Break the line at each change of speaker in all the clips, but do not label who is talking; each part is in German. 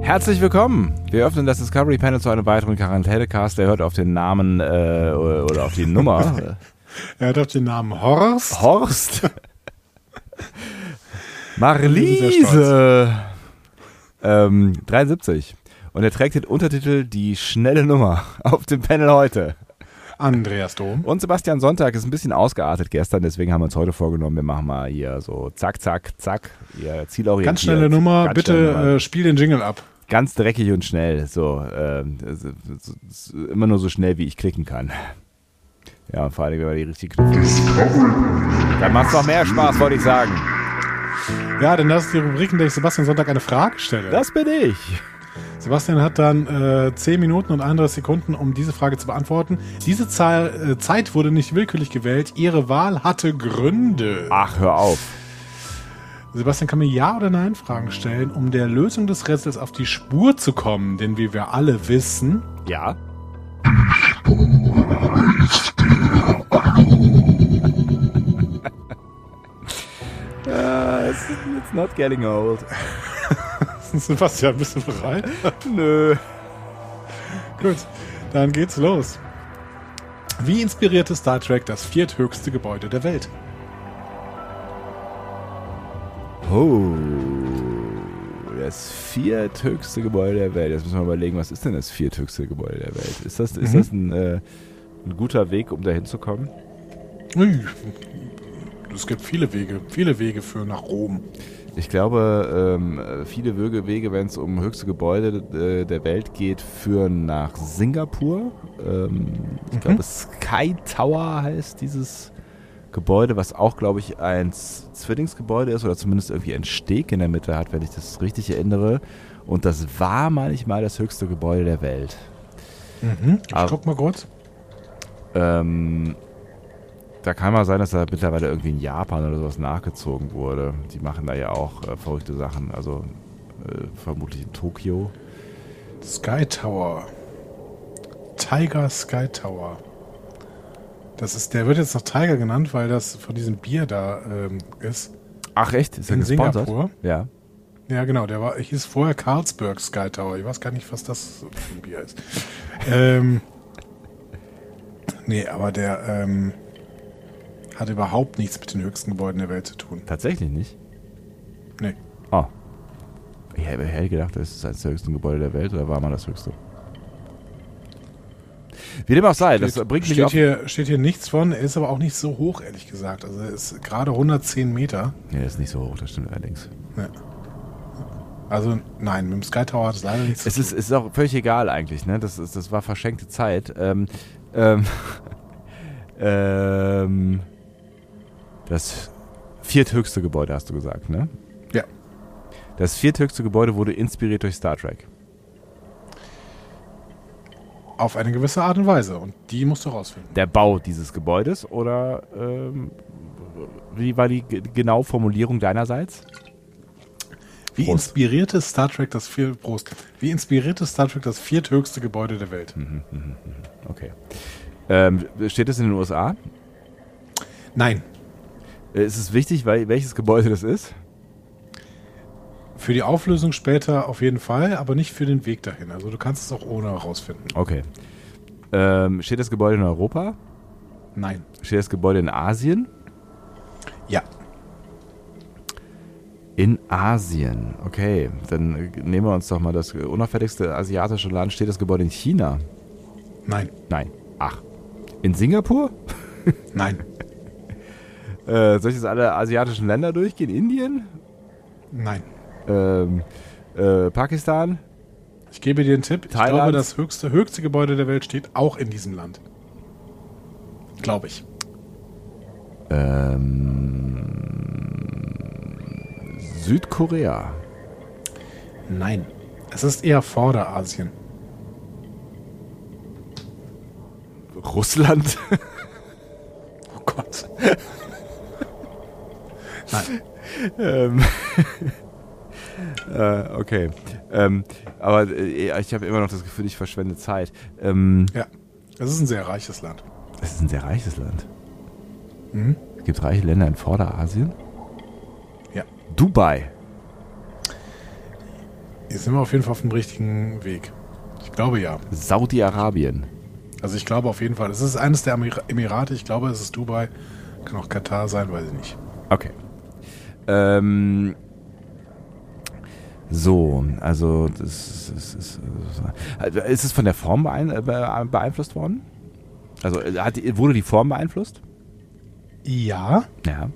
Herzlich willkommen. Wir öffnen das Discovery Panel zu einem weiteren Quarantänecast. Der hört auf den Namen äh, oder auf die Nummer.
Er hat auf den Namen Horst.
Horst. Marliese. Ähm, 73. Und er trägt den Untertitel Die schnelle Nummer auf dem Panel heute.
Andreas Dom.
Und Sebastian Sonntag ist ein bisschen ausgeartet gestern, deswegen haben wir uns heute vorgenommen, wir machen mal hier so zack, zack, zack, hier zielorientiert.
Ganz schnelle Nummer,
Ganz
bitte
schnelle Nummer.
Äh, spiel den Jingle ab.
Ganz dreckig und schnell, so, ähm, so, so, so immer nur so schnell, wie ich klicken kann. Ja, und vor allem, wenn man die richtig Dann macht's noch mehr Spaß, wollte ich sagen.
Ja, denn das ist die Rubrik, in der ich Sebastian Sonntag eine Frage stelle.
Das bin ich.
Sebastian hat dann äh, 10 Minuten und 31 Sekunden, um diese Frage zu beantworten. Diese Zahl, äh, Zeit wurde nicht willkürlich gewählt. Ihre Wahl hatte Gründe.
Ach, hör auf.
Sebastian kann mir Ja- oder Nein-Fragen stellen, um der Lösung des Rätsels auf die Spur zu kommen. Denn wie wir alle wissen,
Ja. Äh, it's, it's not getting old.
Sebastian, bist du bereit?
Nö.
Gut, dann geht's los. Wie inspirierte Star Trek das vierthöchste Gebäude der Welt?
Oh. Das vierthöchste Gebäude der Welt. Jetzt müssen wir überlegen, was ist denn das vierthöchste Gebäude der Welt? Ist das, ist das ein, äh, ein guter Weg, um da hinzukommen?
Ui, Es gibt viele Wege, viele Wege für nach Rom.
Ich glaube, ähm, viele Wege, Wege wenn es um höchste Gebäude äh, der Welt geht, führen nach Singapur. Ähm, ich glaube, Sky Tower heißt dieses Gebäude, was auch, glaube ich, ein Z- Zwillingsgebäude ist oder zumindest irgendwie ein Steg in der Mitte hat, wenn ich das richtig erinnere. Und das war manchmal das höchste Gebäude der Welt.
Ich
Ah.
guck mal kurz.
Ähm, da kann mal sein, dass da mittlerweile irgendwie in Japan oder sowas nachgezogen wurde. Die machen da ja auch äh, verrückte Sachen. Also äh, vermutlich in Tokio.
Sky Tower. Tiger Sky Tower. Das ist, der wird jetzt noch Tiger genannt, weil das von diesem Bier da ähm, ist.
Ach echt? Ist
In
der gesponsert?
Singapur?
Ja.
Ja, genau, der war, hieß vorher Carlsberg Sky Tower. Ich weiß gar nicht, was das für ein Bier ist. ähm, nee, aber der ähm, hat überhaupt nichts mit den höchsten Gebäuden der Welt zu tun.
Tatsächlich nicht.
Nee.
Oh. Ich hätte hätte gedacht, das ist eines der höchsten Gebäude der Welt oder war mal das höchste? Wie dem auch sei, das
steht,
bringt mich
steht
auf.
hier, steht hier nichts von, er ist aber auch nicht so hoch, ehrlich gesagt. Also er ist gerade 110 Meter.
Nee, das ist nicht so hoch, das stimmt allerdings.
Also nein, mit dem Sky Tower hat es leider nichts
Es ist, es ist auch völlig egal eigentlich, ne? Das, ist, das war verschenkte Zeit. Ähm, ähm, ähm, das vierthöchste Gebäude hast du gesagt, ne?
Ja.
Das vierthöchste Gebäude wurde inspiriert durch Star Trek.
auf eine gewisse Art und Weise. Und die musst du rausfinden.
Der Bau dieses Gebäudes oder ähm, wie war die ge- genaue Formulierung deinerseits?
Wie
Prost.
inspirierte Star Trek das vier Prost. Wie inspirierte Star Trek das vierthöchste Gebäude der Welt?
Hm. Okay. Ähm, steht es in den USA?
Nein,
Äh, Ist es wichtig, weil, welches Gebäude das ist?
Für die Auflösung später auf jeden Fall, aber nicht für den Weg dahin. Also du kannst es auch ohne herausfinden.
Okay. Ähm, steht das Gebäude in Europa?
Nein.
Steht das Gebäude in Asien?
Ja.
In Asien. Okay, dann äh, nehmen wir uns doch mal das äh, unauffälligste asiatische Land. Steht das Gebäude in China?
Nein.
Nein. Ach. In Singapur?
Nein.
Äh, soll ich jetzt alle asiatischen Länder durchgehen? Indien?
Nein.
Ähm, äh, Pakistan?
Ich gebe dir einen Tipp. Ich
Thailand?
glaube, das höchste, höchste Gebäude der Welt steht auch in diesem Land. Glaube ich.
Ähm, Südkorea?
Nein. Es ist eher Vorderasien.
Russland?
Oh Gott. Nein.
ähm, äh, okay. Ähm, aber äh, ich habe immer noch das Gefühl, ich verschwende Zeit. Ähm,
Ja. Es ist ein sehr reiches Land.
es ist ein sehr reiches Land. Es gibt reiche Länder in Vorderasien.
Ja.
Dubai.
Jetzt sind wir auf jeden Fall auf dem richtigen Weg. Ich glaube ja.
Saudi-Arabien.
Also ich glaube auf jeden Fall. Es ist eines der Emir- Emirate. Ich glaube, es ist Dubai. Kann auch Katar sein, weiß ich nicht.
Okay. Ähm, so, also das ist, ist, ist, also, ist es von der Form beein äh, bee- beeinflusst worden? Also äh, hat, die- wurde die Form beeinflusst?
Ja.
Ja.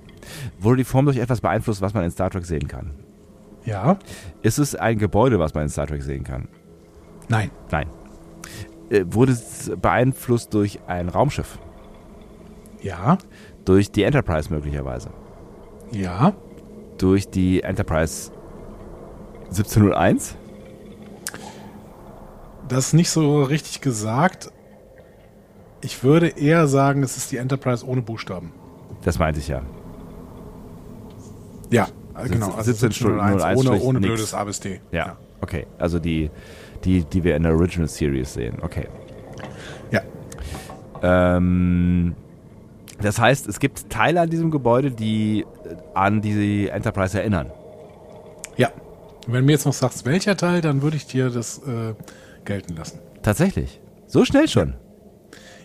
Wurde die Form durch etwas beeinflusst, was man in Star Trek sehen kann?
Ja.
Ist es ein Gebäude, was man in Star Trek sehen kann?
Nein.
Nein. Äh, wurde es beeinflusst durch ein Raumschiff?
Ja.
Durch die Enterprise möglicherweise?
Ja.
Durch die Enterprise 1701?
Das ist nicht so richtig gesagt. Ich würde eher sagen, es ist die Enterprise ohne Buchstaben.
Das meinte ich ja.
Ja, äh, genau.
17 Stunden 01
ohne,
Strich
ohne
nix.
blödes A bis D.
Ja, okay. Also die, die, die wir in der Original Series sehen. Okay.
Ja.
Ähm, das heißt, es gibt Teile an diesem Gebäude, die äh, an die Enterprise erinnern.
Ja. Und Wenn du mir jetzt noch sagst, welcher Teil, dann würde ich dir das äh, gelten lassen.
Tatsächlich. So schnell schon.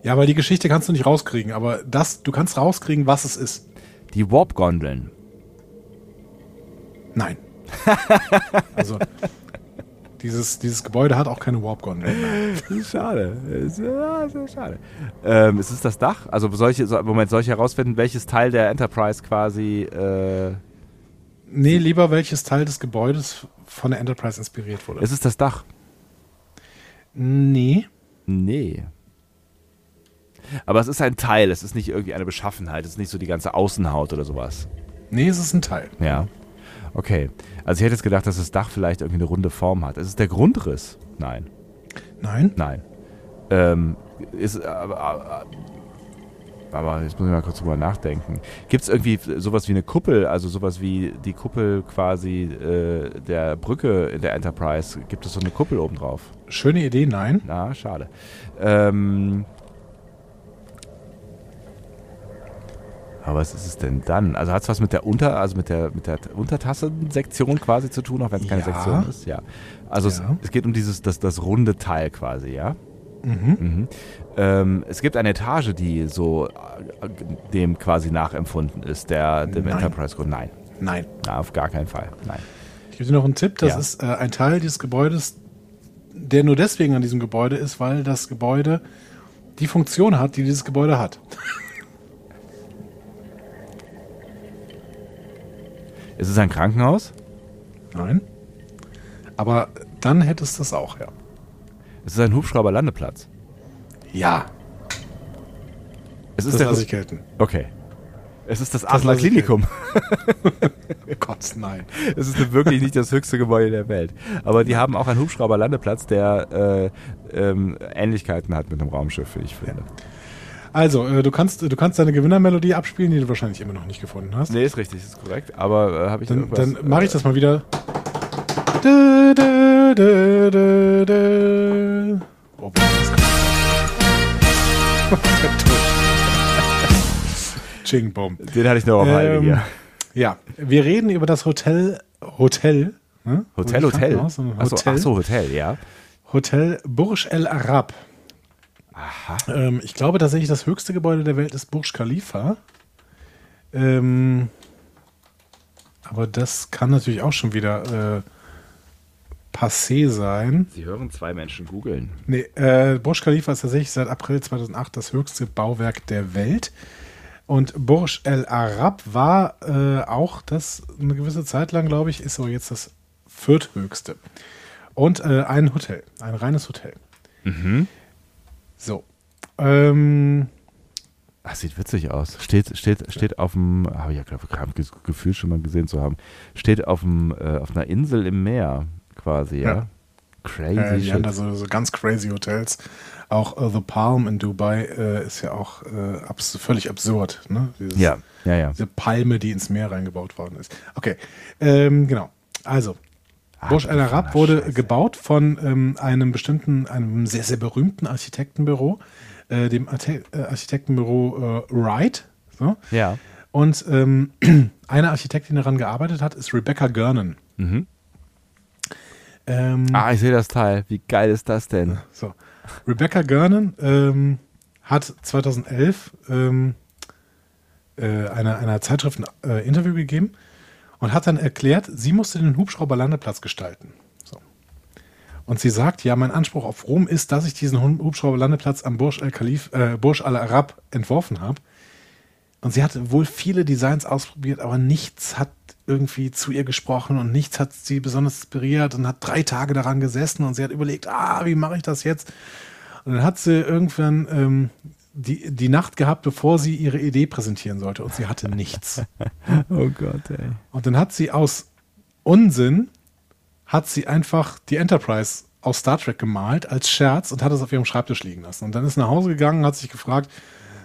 Ja, weil die Geschichte kannst du nicht rauskriegen, aber das, du kannst rauskriegen, was es ist.
Die Warp-Gondeln.
Nein. also, dieses, dieses Gebäude hat auch keine Warp-Gondel.
Schade. Ja, sehr schade. Ähm, es ist das Dach. Also solche, so, Moment, soll ich herausfinden, welches Teil der Enterprise quasi äh,
Nee, lieber welches Teil des Gebäudes von der Enterprise inspiriert wurde.
Es ist das Dach.
nee.
Nee. Aber es ist ein Teil, es ist nicht irgendwie eine Beschaffenheit, es ist nicht so die ganze Außenhaut oder sowas.
Nee, es ist ein Teil.
Ja. Okay. Also ich hätte jetzt gedacht, dass das Dach vielleicht irgendwie eine runde Form hat. Es ist der Grundriss. Nein.
Nein?
Nein. Ähm, ist, aber, aber- äh, aber jetzt muss ich mal kurz drüber nachdenken. Gibt es irgendwie sowas wie eine Kuppel, also sowas wie die Kuppel quasi äh, der Brücke in der Enterprise? Gibt es so eine Kuppel obendrauf?
Schöne Idee, nein.
Na, schade. Ähm, aber was ist es denn dann? Also hat es was mit der Unter, also mit der mit der Untertassensektion quasi zu tun, auch wenn es keine
Ja.
Sektion ist? Ja. Also
Ja.
Es, es geht um dieses das, das runde Teil quasi, ja. Mhm. Ähm, es gibt eine Etage, die so äh, äh, dem quasi nachempfunden ist, der dem
Nein.
Enterprise Grund. Nein,
Nein.
na, auf gar keinen Fall. Nein.
Ich gebe dir noch einen Tipp. Das
Ja.
ist äh, ein Teil dieses Gebäudes, der nur deswegen an diesem Gebäude ist, weil das Gebäude die Funktion hat, die dieses Gebäude hat.
Ist es ein Krankenhaus?
Nein. Aber dann hättest du es auch, ja.
Ist es ein Hubschrauberlandeplatz?
Ja.
Es ist
Das
der
lasse ich gelten.
Okay. Es ist das Adler
lasse ich
Klinikum.
Oh Gott, nein.
Es ist wirklich nicht das höchste Gebäude der Welt. Aber die haben auch einen Hubschrauberlandeplatz, der äh, ähm, Ähnlichkeiten hat mit einem Raumschiff, wie ich finde.
Also, äh, du kannst, du kannst deine Gewinnermelodie abspielen, die du wahrscheinlich immer noch nicht gefunden hast.
Nee, ist richtig, ist korrekt. Aber äh, habe ich
Dann,
irgendwas...
dann mache ich das mal wieder. Dö, dö, dö, dö, dö. Oh, boah, das kommt. Ching, bom.
Äh, den hatte ich noch auf Halde
Ähm,
hier.
Ja, wir reden über das Hotel, Hotel, ne?
Hotel,
Nicht
Hotel.
Krankenhaus, sondern
Achso,
Hotel,
ach so, Hotel, ja.
Hotel Burj El Arab.
Aha.
Ähm, ich glaube tatsächlich, das höchste Gebäude der Welt ist Burj Khalifa. Ähm, aber das kann natürlich auch schon wieder äh, passé sein.
Sie hören zwei Menschen googeln.
Nee, äh, Burj Khalifa ist tatsächlich seit April 2008 das höchste Bauwerk der Welt. Und Burj El Arab war äh, auch das eine gewisse Zeit lang, glaube ich, ist aber jetzt das vierthöchste. Und äh, ein Hotel, ein reines Hotel. So. Ähm,
Ach, sieht witzig aus. Steht, steht, steht auf dem, habe ich ja glaube ich, das Gefühl schon mal gesehen zu haben, steht auf, dem, äh, auf einer Insel im Meer. quasi, ja.
Ja.
Crazy
Ja, äh, die haben
shit.
da so, so ganz crazy Hotels. Auch äh, The Palm in Dubai äh, ist ja auch äh, abs völlig absurd. Ne? Dieses,
Ja, ja, ja.
Diese Palme, die ins Meer reingebaut worden ist. Okay, ähm, genau. Also,
Ah,
Burj Al Arab wurde gebaut von ähm, einem bestimmten, einem sehr, sehr berühmten Architektenbüro, äh, dem Arte äh, Architektenbüro äh, Wright. So.
Ja.
Und ähm, eine Architektin, die daran gearbeitet hat, ist Rebecca Gernon. Ähm,
Ah, ich sehe das Teil. Wie geil ist das denn?
so. Rebecca Gernon ähm, hat 2011 ähm, äh, einer, einer Zeitschrift ein äh, Interview gegeben und hat dann erklärt, sie musste den Hubschrauberlandeplatz gestalten. So. Und sie sagt, ja, mein Anspruch auf Rom ist, dass ich diesen Hub- Hubschrauberlandeplatz am Burj Al Khalif, äh, Burj Al Arab entworfen habe. Und sie hatte wohl viele Designs ausprobiert, aber nichts hat irgendwie zu ihr gesprochen und nichts hat sie besonders inspiriert und hat drei Tage daran gesessen und sie hat überlegt, ah, wie mache ich das jetzt? Und dann hat sie irgendwann ähm, die, die Nacht gehabt, bevor sie ihre Idee präsentieren sollte und sie hatte nichts.
Oh Gott, ey.
Und dann hat sie aus Unsinn, hat sie einfach die Enterprise aus Star Trek gemalt als Scherz und hat es auf ihrem Schreibtisch liegen lassen. Und dann ist sie nach Hause gegangen und hat sich gefragt,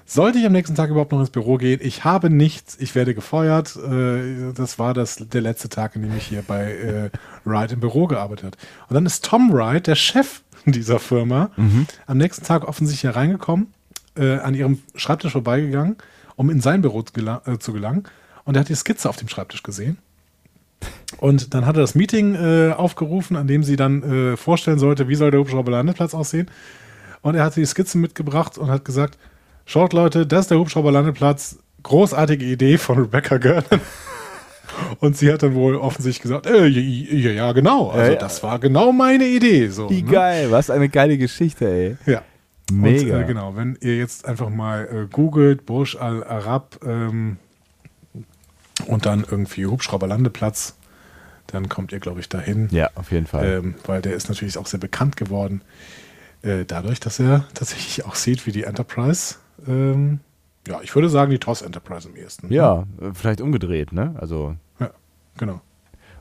sollte ich am nächsten Tag überhaupt noch ins Büro gehen? Ich habe nichts, ich werde gefeuert. Äh, Das war das, der letzte Tag, in dem ich hier bei äh, Wright im Büro gearbeitet habe. Und dann ist Tom Wright, der Chef dieser Firma, am nächsten Tag offensichtlich hier reingekommen, äh, an ihrem Schreibtisch vorbeigegangen, um in sein Büro zu gelang, äh, zu gelangen. Und er hat die Skizze auf dem Schreibtisch gesehen. Und dann hat er das Meeting äh, aufgerufen, an dem sie dann äh, vorstellen sollte, wie soll der Hubschrauberlandeplatz aussehen. Und er hatte die Skizzen mitgebracht und hat gesagt, schaut Leute, das ist der Hubschrauberlandeplatz, großartige Idee von Rebecca Gurnan. Und sie hat dann wohl offensichtlich gesagt, äh, ja, ja, ja, genau, also
Äh,
das war genau meine Idee. So,
Wie
ne?
geil. Was eine geile Geschichte, ey.
Ja.
Mega.
Und, äh, genau, wenn ihr jetzt einfach mal äh, googelt, Burj Al Arab ähm, und dann irgendwie Hubschrauberlandeplatz, dann kommt ihr, glaube ich, dahin.
Ja, auf jeden Fall.
Ähm, weil der ist natürlich auch sehr bekannt geworden, äh, dadurch, dass er tatsächlich auch sieht, wie die Enterprise, ähm, ja, ich würde sagen, die TOS Enterprise am ehesten. ne?
ja, äh, vielleicht umgedreht, ne? Also.
ja genau.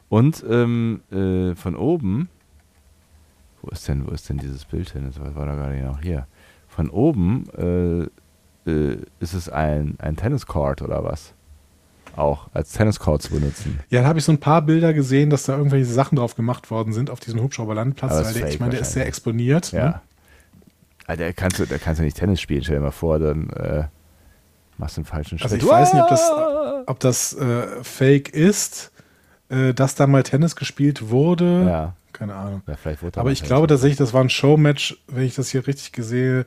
Und ähm, äh, von oben. Wo ist denn, wo ist denn dieses Bild hin? Das war war da gerade noch hier. Von oben äh, äh, ist es ein, ein Tenniscourt oder was? Auch als Tenniscourt zu benutzen.
Ja, da habe ich so ein paar Bilder gesehen, dass da irgendwelche Sachen drauf gemacht worden sind auf diesem Hubschrauberlandeplatz,
Aber
weil
ist
der, ich
fake
meine, der ist sehr
wahrscheinlich.
exponiert. ne?
Ja. Alter, da kannst du, da kannst du nicht Tennis spielen, stell dir mal vor, dann äh, machst du einen falschen Schritt.
Also ich weiß nicht, ob das, ob das äh, Fake ist, äh, dass da mal Tennis gespielt wurde.
Ja.
Keine Ahnung.
Ja, vielleicht wurde da
Aber
mal
ich
Tennis
glaube
gespielt.
tatsächlich, das war ein Showmatch, wenn ich das hier richtig gesehe,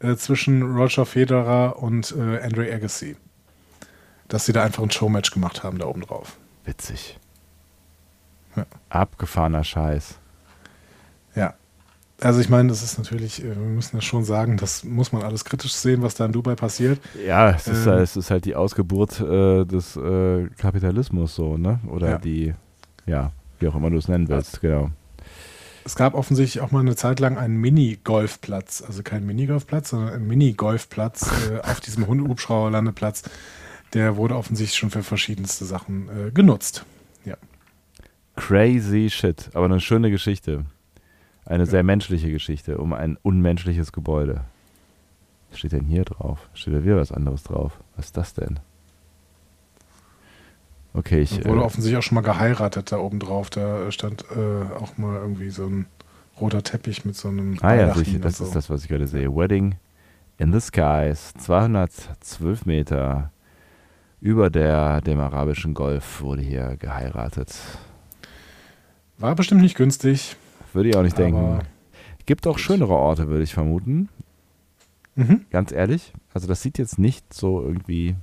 äh, zwischen Roger Federer und äh, Andre Agassi. Dass sie da einfach ein Showmatch gemacht haben da oben drauf.
Witzig.
Ja.
Abgefahrener Scheiß.
Ja. Also ich meine, das ist natürlich, äh, wir müssen das schon sagen, das muss man alles kritisch sehen, was da in Dubai passiert.
Ja, es ist,
Ähm.
halt- es ist halt die Ausgeburt äh, des äh, Kapitalismus so, ne? Oder
Ja.
die, ja, wie auch immer du es nennen willst, genau.
Es gab offensichtlich auch mal eine Zeit lang einen Mini-Golfplatz, also kein Minigolfplatz, sondern einen Mini-Golfplatz äh, auf diesem Hund- Hubschrauberlandeplatz. Der wurde offensichtlich schon für verschiedenste Sachen äh, genutzt. Ja.
Crazy shit, aber eine schöne Geschichte. Eine sehr menschliche Geschichte um ein unmenschliches Gebäude. Was steht denn hier drauf? Steht da wieder was anderes drauf? Was ist das denn? Okay, ich.
Da wurde
äh,
offensichtlich auch schon mal geheiratet da oben drauf. Da äh, stand äh, auch mal irgendwie so ein roter Teppich mit so einem.
Ah ja,
Baldachin
sicher,
und
das
so.
ist das, was ich gerade sehe. Wedding in the Skies, 212 Meter über der, dem arabischen Golf wurde hier geheiratet.
War bestimmt nicht günstig.
Würde ich auch nicht denken.
Aber-
Gibt auch schönere Orte, würde ich vermuten.
Mhm.
Ganz ehrlich. Also das sieht jetzt nicht so irgendwie...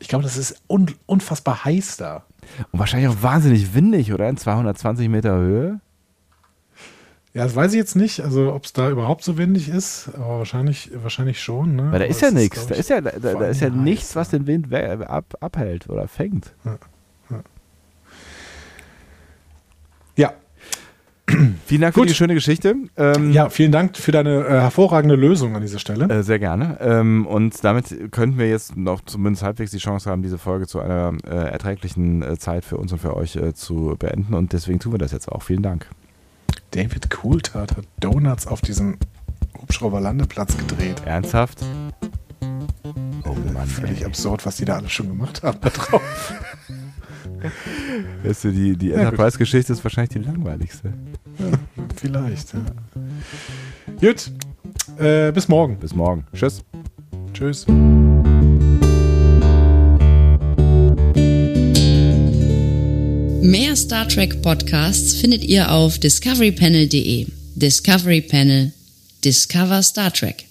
Ich glaube, das ist un unfassbar heiß da.
Und wahrscheinlich auch wahnsinnig windig, oder? In 220 Meter Höhe.
Ja, das weiß ich jetzt nicht, also ob es da überhaupt so windig ist, aber wahrscheinlich, wahrscheinlich schon. Ne?
Weil da
Aber
ist
es
ja nichts.
glaub
Da
ich,
ist ja, da, da
vor
da ist ja
allem heiß,
nichts, was
ne?
den Wind we- ab, abhält oder fängt.
Ja,
Vielen Dank
Gut.
für die schöne Geschichte. Ähm,
Ja, vielen Dank für deine äh, hervorragende Lösung an dieser Stelle.
Äh, sehr gerne. Ähm, und damit könnten wir jetzt noch zumindest halbwegs die Chance haben, diese Folge zu einer äh, erträglichen äh, Zeit für uns und für euch äh, zu beenden. Und deswegen tun wir das jetzt auch. Vielen Dank.
David Coulthard hat Donuts auf diesem Hubschrauberlandeplatz gedreht.
Ernsthaft? Oh Mann,
Völlig
ey.
absurd, was die da alle schon gemacht haben da drauf.
Weißt du, die, die
gut.
Enterprise-Geschichte ist wahrscheinlich die langweiligste.
Vielleicht, ja. Gut, äh, bis morgen.
Bis morgen. Tschüss.
Tschüss.
Mehr Star Trek Podcasts findet ihr auf discoverypanel.de. Discovery Panel. Discover Star Trek.